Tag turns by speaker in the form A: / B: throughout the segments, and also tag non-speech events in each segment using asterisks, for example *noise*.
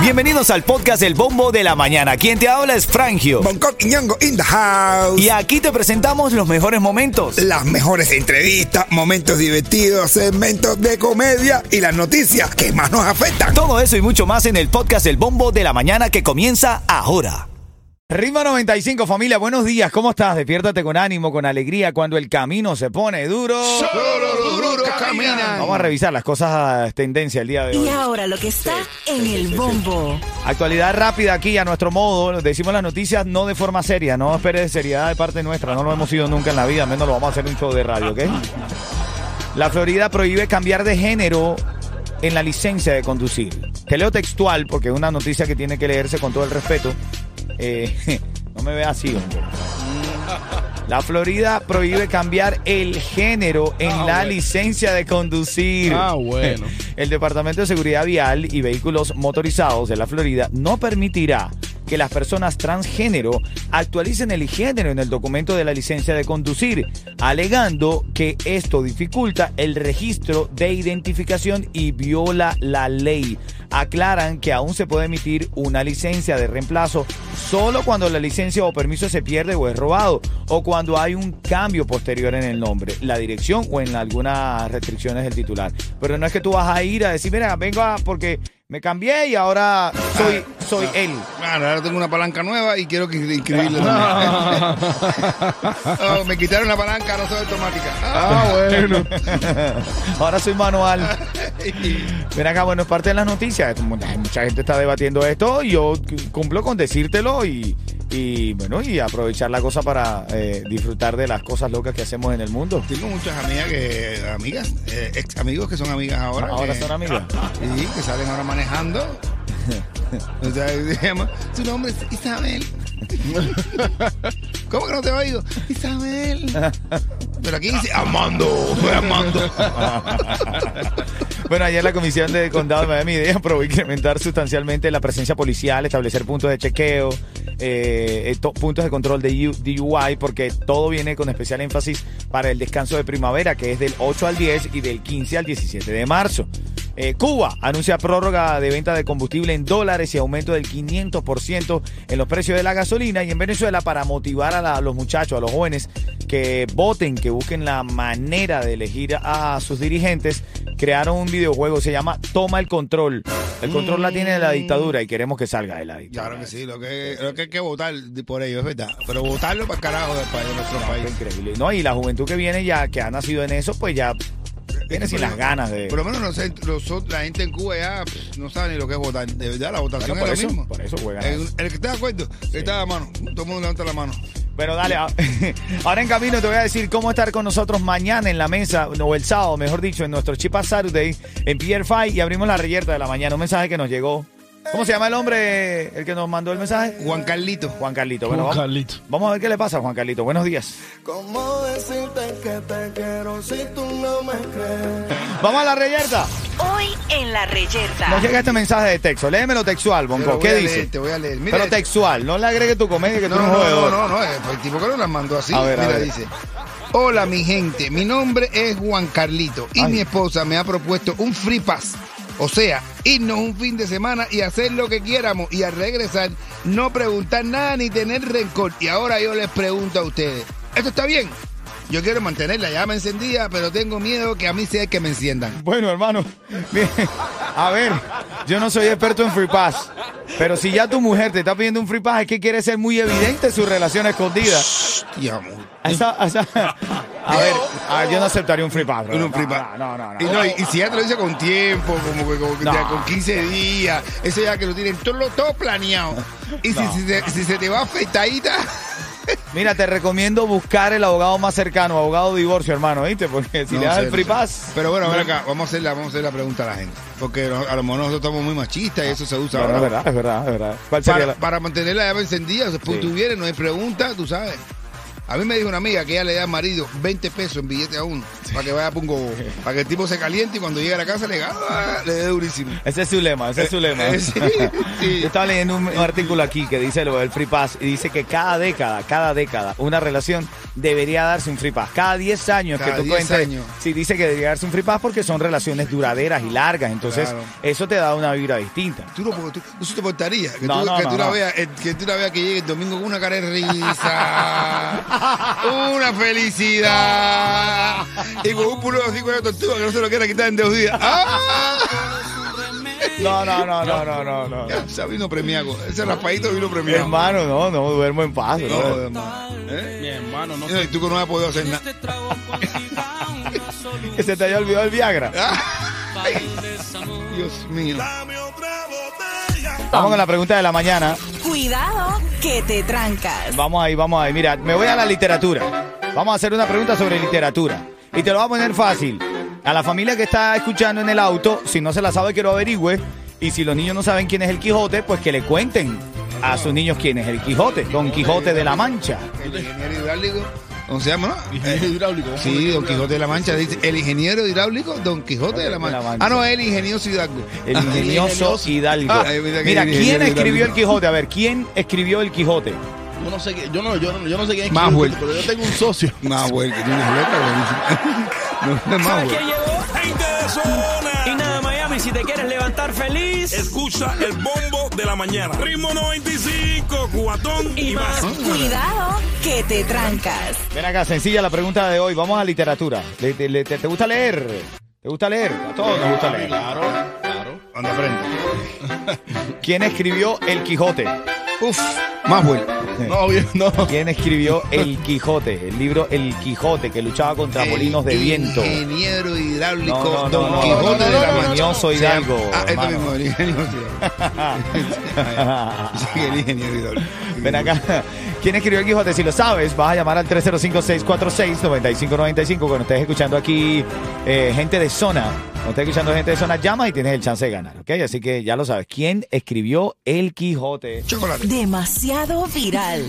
A: Bienvenidos al podcast El Bombo de la Mañana. Quien te habla es Frangio.
B: Bangkok y Ñongo in the house.
A: Y aquí te presentamos los mejores momentos.
B: Las mejores entrevistas, momentos divertidos, segmentos de comedia y las noticias que más nos afectan.
A: Todo eso y mucho más en el podcast El Bombo de la Mañana que comienza ahora. Ritmo 95, familia, buenos días, ¿cómo estás? Despiértate con ánimo, con alegría, cuando el camino se pone duro.
C: Solo los duros caminan.
A: Vamos a revisar las cosas eh, tendencia el día de hoy.
D: Y ahora lo que está en el bombo.
A: Actualidad rápida aquí a nuestro modo. Decimos las noticias no de forma seria, no esperes seriedad de parte nuestra. No lo hemos sido nunca en la vida, al menos lo vamos a hacer en un show de radio, ¿ok? La Florida prohíbe cambiar de género en la licencia de conducir. Te leo textual porque es una noticia que tiene que leerse con todo el respeto. Eh, *laughs* no me veas así, hombre. La Florida prohíbe cambiar el género en
C: Ah,
A: la
C: bueno.
A: licencia de conducir.
C: *laughs* Ah, bueno.
A: El Departamento de Seguridad Vial y Vehículos Motorizados de la Florida no permitirá que las personas transgénero actualicen el género en el documento de la licencia de conducir, alegando que esto dificulta el registro de identificación y viola la ley. Aclaran que aún se puede emitir una licencia de reemplazo solo cuando la licencia o permiso se pierde o es robado o cuando hay un cambio posterior en el nombre, la dirección o en algunas restricciones del titular. Pero no es que tú vas a ir a decir, mira, vengo a- porque me cambié y ahora soy, soy él.
C: Claro, ahora tengo una palanca nueva y quiero que inscribirle. *laughs* Oh, me quitaron la palanca, no soy automática. Ah, bueno.
A: *laughs* Ahora soy manual.
C: *laughs*
A: Mira acá, bueno, es parte de las noticias. Mucha mucha gente está debatiendo esto y yo cumplo con decírtelo y, y, bueno, y aprovechar la cosa para eh, disfrutar de las cosas locas que hacemos en el mundo.
C: Tengo muchas amigas que, amigas, eh, ex amigos que son amigas ahora.
A: Ahora
C: que-
A: son amigas.
C: *laughs* Sí, que salen ahora manejando.
A: *laughs*
C: O sea, se llama, su nombre
A: *laughs*
C: es Isabel. ¿Cómo que no te oigo?
A: *laughs*
C: Isabel. Pero aquí dice Amando, *laughs* Amando.
A: Bueno, ayer la Comisión de Condado de Miami Dade aprobó incrementar sustancialmente la presencia policial, establecer puntos de chequeo, eh, eh, to- puntos de control de U- DUI, porque todo viene con especial énfasis para el descanso de primavera, que es del 8 al 10 y del 15 al 17 de marzo. Eh, Cuba anuncia prórroga de venta de combustible en dólares y aumento del 500% en los precios de la gasolina. Y en Venezuela, para motivar a, la- a los muchachos, a los jóvenes que voten, que busquen la manera de elegir a sus dirigentes, crearon un videojuego, se llama Toma el Control. El control la tiene la dictadura y queremos que salga de la dictadura.
C: Claro que sí, lo que, lo que hay que votar por ello, es verdad. Pero votarlo para el carajo del país, de nuestro país.
A: Increíble. No, y la juventud que viene ya, que ha nacido en eso, pues ya viene sin las ganas de...
C: Por lo menos nosotros- nosotros- la gente en Cuba ya pff, no sabe ni lo que es votar. De verdad, la votación
A: Bueno, por
C: es
A: eso-
C: lo mismo.
A: por eso juegan
C: El,
A: así.
C: el que está de acuerdo, que está la mano. Todo el mundo levanta la mano.
A: Pero dale, a- *laughs* ahora en camino te voy a decir cómo estar con nosotros mañana en la mesa, o el sábado, mejor dicho, en nuestro Chipa Saturday, en Pier 5 y abrimos la reyerta de la mañana. Un mensaje que nos llegó. ¿Cómo se llama el hombre, el que nos mandó el mensaje?
C: Juan Carlito.
A: Juan Carlito. Bueno,
E: Juan
A: vamos-
E: Carlito.
A: Vamos a ver qué le pasa a Juan Carlito. Buenos días.
F: ¿Cómo decirte que te quiero si tú no me crees?
A: Vamos a la reyerta.
D: Hoy en la reyerta.
A: Nos llega este mensaje de texto. Léemelo textual,
C: Te lo
A: Bonco.
C: voy
A: ¿Qué
C: a
A: dice?
C: leer, te voy a leer. Mira,
A: Pero textual, no le agregues tu comedia que tú
C: No,
A: eres
C: no,
A: un
C: no,
A: joder.
C: no, no, eh, fue el tipo que nos la mandó así.
A: A ver, a
C: Mira,
A: ver.
C: dice. Hola mi gente, mi nombre es Juan Carlito y
A: Ay.
C: mi esposa me ha propuesto un free pass. O sea, irnos un fin de semana y hacer lo que quieramos y al regresar no preguntar nada ni tener rencor. Y ahora yo les pregunto a ustedes, ¿esto está bien? Yo quiero mantener la llama encendida, pero tengo miedo que a mí sea el que me enciendan.
A: Bueno, hermano, bien. a ver, yo no soy experto en free pass, pero si ya tu mujer te está pidiendo un free pass, es que quiere ser muy evidente su relación escondida.
C: Y amor.
A: A, esa- a esa- a ver, a ver, yo no aceptaría un free pass. bro.
C: Un free pass.
A: No, no, no.
C: Y,
A: no.
C: no, y- y si ya te lo dice con tiempo, como que, como que
A: No.
C: ya con 15 días, eso ya que lo tienen todo, todo planeado. Y si,
A: No.
C: si se, si se te
A: *laughs*
C: va afeitadita,
A: Mira, te recomiendo buscar el abogado más cercano, abogado de divorcio, hermano, ¿viste? Porque si
C: no
A: le das
C: sé,
A: el free
C: no sé.
A: pass...
C: Pero bueno, a ver acá, vamos a hacer la, vamos a hacer la pregunta a la gente. Porque no- a lo mejor nosotros estamos muy machistas y eso se usa
A: Bueno, es
C: ahora.
A: verdad, es verdad, es verdad. ¿Cuál sería
C: Para,
A: la-
C: para mantener la llave encendida, después
A: Sí.
C: tú vienes, no hay pregunta, tú sabes. A mí me dijo una amiga que ella le da al marido 20 pesos en billete a uno. para que vaya a pungo,
A: *laughs*
C: para que el tipo se caliente y cuando llegue a la casa le, ah, le dé durísimo.
A: Ese es su lema, ese es su lema.
C: Eh, sí, sí.
A: Yo estaba leyendo un artículo aquí que dice lo del free pass y dice que cada década, cada década, una relación debería darse un free pass. Cada 10 años
C: Cada
A: que tú
C: 10
A: cuentes,
C: años.
A: sí dice que debería darse un free pass porque son relaciones duraderas y largas, entonces
C: Claro.
A: eso te da una vibra distinta.
C: Tú no, tú, tú sí te portarías. Que,
A: No,
C: tú,
A: no,
C: que
A: no,
C: tú la
A: no.
C: veas, eh, que tú la veas que llegue el domingo con una cara de
A: *laughs*
C: risa, una felicidad y con un pulo de hocico de tortuga que no se lo quiera quitar en dos días. ¡Ah!
A: No, no, no, no, no, no, no.
C: Ya, ya vino premiado. Ese raspadito vino premiado.
A: Hermano, no, no duermo en paz.
C: No,
A: bro.
C: hermano. ¿Eh?
E: Mi hermano, no
C: No, y tú que no has podido hacer nada.
A: Que se te haya olvidado el Viagra.
C: Dios mío.
A: Vamos con la pregunta de la mañana.
D: Cuidado que te trancas.
A: Vamos ahí, vamos ahí. Mira, me voy a la literatura. Vamos a hacer una pregunta sobre literatura. Y te lo voy a poner fácil. A la familia que está escuchando en el auto, si no se la sabe, que lo averigüe. Y si los niños no saben quién es el Quijote, pues que le cuenten a sus niños quién es el Quijote. Don Quijote de la Mancha.
C: El ingeniero hidráulico. ¿Cómo se llama, no? Eh,
E: Ingeniero hidráulico, ¿cómo
C: Sí,
E: que
C: Don
E: hidráulico?
C: Quijote de la Mancha. Dice, el ingeniero hidráulico, Don Quijote de la Mancha. Ah, no, el ingenioso hidalgo.
A: El ingenioso Hidalgo.
C: Ah, mira que
A: Mira, ¿quién
C: el ingeniero
A: escribió el
C: hidalgo.
A: Quijote? A ver, ¿quién escribió el Quijote?
E: Yo no sé, qué- yo no, yo no, yo no sé quién es
C: Más
E: quién,
C: vuelta.
E: pero yo tengo un socio.
C: Más güey, que tú eres loca, güey. *laughs* No, más
G: ¿Sabes
C: güey.
G: quién llegó?
H: Gente de zona,
G: Y nada, Miami, si te quieres levantar feliz
H: escucha el bombo de la mañana. Ritmo 95, cuatón
G: y más.
D: Cuidado que te trancas.
A: Ven acá, sencilla la pregunta de hoy. Vamos a literatura. Le- te- le- te, te gusta leer? ¿Te gusta leer? A todos nos gusta leer.
E: Claro, claro.
C: Anda frente.
A: ¿Quién escribió El Quijote?
C: Uf, más vuelta.
E: No, bien, no.
A: ¿Quién escribió El Quijote? El libro El Quijote, que luchaba contra molinos de viento.
C: Ingeniero hidráulico,
A: No, no,
C: Don
A: no,
C: Quijote
A: no,
C: de la
A: no, no,
C: Mancha.
A: no, no, soy
C: Se llama-
A: Hidalgo,
C: Ah, este
A: hermano.
C: mismo, el ingenioso hidalgo. Sí, el ingeniero hidráulico.
A: Ven acá. ¿Quién escribió El Quijote? Si lo sabes, vas a llamar al 305-646-9595. Cuando estés escuchando aquí eh, gente de zona, cuando estés escuchando gente de zona, llama y tienes el chance de ganar, ¿ok? Así que ya lo sabes. ¿Quién escribió El Quijote?
C: Chocolate.
D: Demasiado viral.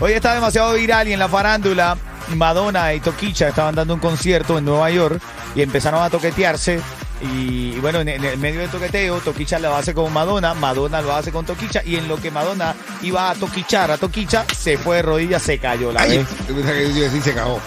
A: Hoy está demasiado viral y en la farándula Madonna y Toquicha estaban dando un concierto en Nueva York y empezaron a toquetearse. Y, y bueno, en, en el medio del toqueteo, Toquicha lo hace con Madonna, Madonna lo hace con Toquicha y en lo que Madonna iba a toquichar a Toquicha, se fue de rodillas, se cayó la
C: Ay,
A: vez.
C: yo pensaba que yo iba a decir se cagó.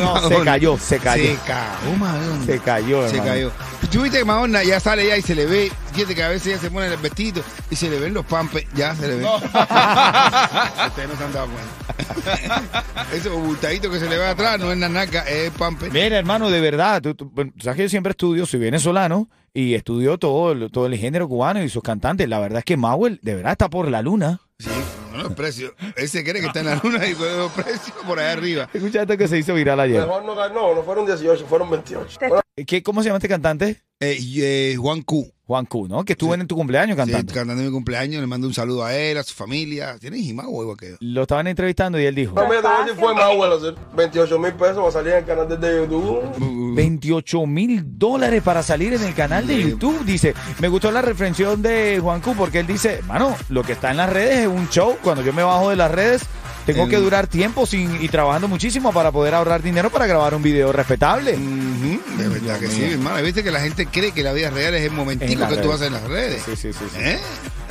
A: No, no, Eh. se cayó, se cayó.
C: Se cagó, Madonna.
A: Se cayó,
C: Se
A: hermano.
C: cayó. Tú viste que Madonna ya sale ya y se le ve. Fíjate que a veces ella se pone el vestido y se le ven los pampes. Ya se le ven. *laughs* Ustedes no se han dado cuenta. *laughs* Ese bultadito que se le ve atrás no es nanaca, es pampe.
A: *laughs* Mira, hermano, de verdad, tú, tú- bueno, sabes que yo siempre estudio, soy venezolano y estudio todo, el- todo el género cubano y sus cantantes. La verdad es que Mauel, de verdad, está por la luna.
C: Sí, no los precios. Él se cree que está en la luna y con los precios por allá arriba.
A: Escuchaste que se hizo viral ayer.
F: no ganó, no fueron 18, fueron 28.
A: ¿Qué, ¿Cómo se llama este cantante?
C: Eh, y, eh, Juan Q.
A: Juan Q, ¿no? Que estuvo en tu cumpleaños
C: Sí,
A: cantando.
C: cantando mi cumpleaños, le mando un saludo a él, a su familia. ¿Tienes Jimagua igual que yo?
A: Lo estaban entrevistando y él dijo,
F: No, mira, te voy a decir, fue más bueno. 28 mil pesos va a salir en el canal de YouTube.
A: 28 mil dólares para salir en el canal de YouTube. Dice, me gustó la reflexión de Juan Q porque él dice, mano, lo que está en las redes es un show. Cuando yo me bajo de las redes, tengo
C: El-
A: que durar tiempo sin, y trabajando muchísimo para poder ahorrar dinero para grabar un video respetable.
C: Mm. Ujú, de verdad que sí, hermano. Viste que la gente cree que la vida real es el
A: En
C: momentico
A: las
C: que tú
A: redes.
C: haces en las redes.
A: Sí, sí, sí, sí.
C: ¿Eh?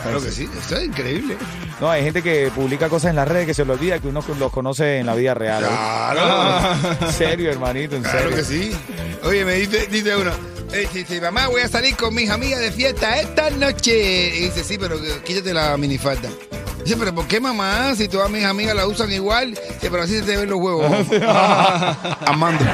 C: Claro que sí, eso es increíble.
A: No, hay gente que publica cosas en las redes que se le olvida que uno los conoce en la vida real. ¿eh?
C: Claro,
A: En serio, hermanito, en
C: claro
A: serio.
C: que sí. Oye, me dice, dice uno, eh, dice, mamá, voy a salir con mis amigas de fiesta esta noche. Y dice, sí, pero que- quítate la minifalda. Dice, pero ¿por qué mamá? Si todas mis amigas la usan igual, dice, pero así se te ven los
A: *laughs*
C: huevos. *laughs* Amando.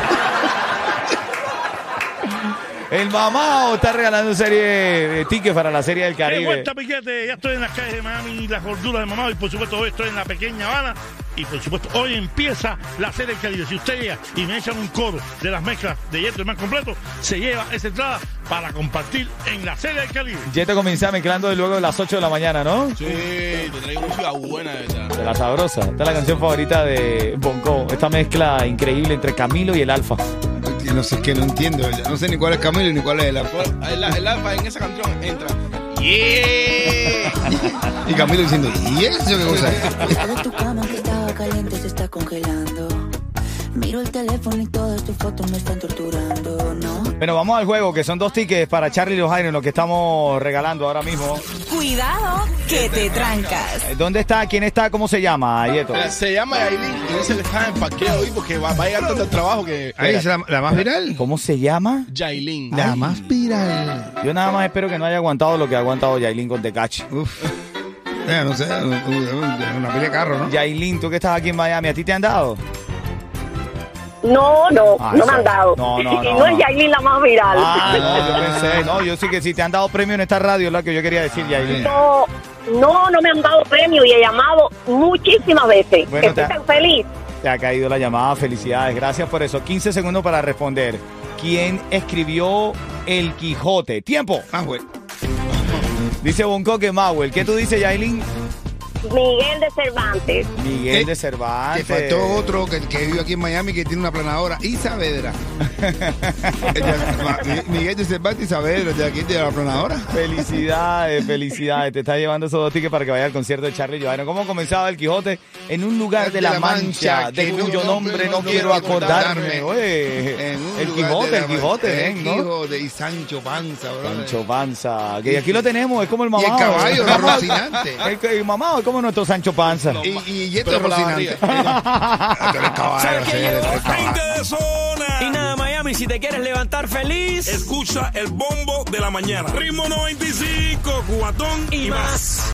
A: El mamao está regalando serie de tickets para la serie del
I: ¡Qué
A: Caribe.
I: vuelta, piquete! Ya estoy en las calles de Miami, las gorduras de mamá, y por supuesto hoy estoy en la pequeña Habana. Y por supuesto, hoy empieza la serie del Caribe. Si usted llega y me echan un coro de las mezclas de Yeto el más completo, se lleva esa entrada para compartir en la serie del Caribe.
A: Ya te comenzaba mezclando de luego a las 8 de la mañana, ¿no?
E: Sí, te traigo música buena, de verdad.
A: De la sabrosa. Esta es la canción favorita de Bonco. Esta mezcla increíble entre Camilo y el Alfa.
C: No sé, es que no entiendo. No sé ni cuál es Camilo ni cuál es el amor.
E: El, el alfa en esa canción entra. *laughs* ¡Yeah!
C: Y
E: *laughs*
C: Camilo diciendo, ¿y eso qué cosa es?
J: Toda tu cama que estaba caliente se está congelando. Miro el teléfono y todas tus fotos me están torturando, ¿no?
A: Bueno, vamos al juego, que son dos tickets para Charlie y los Iron, lo que estamos regalando ahora mismo.
D: Cuidado que te trancas.
A: Eh, ¿Dónde está? ¿Quién está? ¿Cómo se llama, Yeto?
E: Mira, Eh, Se llama Yailin y dice que está en parqueo hoy porque va, va a llegar tanto al trabajo que.
C: Ahí es la, la más viral.
A: ¿Cómo se llama?
E: Yailin.
C: La más viral.
A: Yo nada más espero que no haya aguantado lo que ha aguantado Yailin con Tecachi.
C: Uf. Eh, no sé, u- u- u- una pila de carro, ¿no?
A: Yailin, tú que estás aquí en Miami, ¿a ti te han dado?
K: No, no,
A: Ah,
K: no
A: eso-
K: me han dado.
A: no, no,
K: *laughs* y
A: no,
K: no
A: no.
K: es Yailin la más viral.
A: Ah, no, yo pensé. No, yo sí que si te han dado premio en esta radio, es lo que yo quería decir, Yailin.
K: No, no, no me han dado premio y he llamado muchísimas veces.
A: Bueno,
K: Estoy
A: te-
K: tan feliz.
A: Te ha caído la llamada, felicidades, gracias por eso. 15 segundos para responder. ¿Quién escribió El Quijote? Tiempo.
C: Manuel.
A: Dice Boncoque Mauel. ¿Qué tú dices, Yailin?
K: Miguel de Cervantes.
A: Miguel
C: Eh,
A: de Cervantes.
C: Que faltó otro que, que vive aquí en Miami que tiene una planadora,
E: *laughs*
C: Isabedra. Miguel de Cervantes Isabedra, de aquí de la planadora.
A: Felicidades, felicidades. Te estás llevando esos dos tickets para que vayas al concierto de Charlie Johanna. ¿Cómo comenzaba el Quijote? En un lugar de, la Mancha, de
C: que
A: cuyo
C: no-
A: nombre no
C: no
A: quiero
C: quiero
A: acordarme.
C: acordarme.
A: Oye,
C: En un
A: el
C: lugar de
A: Quijote,
C: la
A: el
C: man-
A: Quijote, ¿eh?
C: el
A: ¿no?
C: hijo de Sancho Panza, bro.
A: Sancho Panza. Que aquí lo tenemos, es como el
C: Y
A: mamado.
C: el caballo,
E: *laughs*
A: *laughs*
C: de Rocinante.
A: El, el mamado es como nuestro Sancho Panza.
C: Y, y Yeto
E: Pero por la
C: Rocinante. *laughs* Ah,
H: ¿Sabes
C: Caballo,
H: que
C: señores,
H: llegó
C: el caballo.
H: gente de zona?
G: Y nada, Miami, si te quieres levantar feliz
H: Escucha el bombo de la mañana. Ritmo 95, cuatón y, más.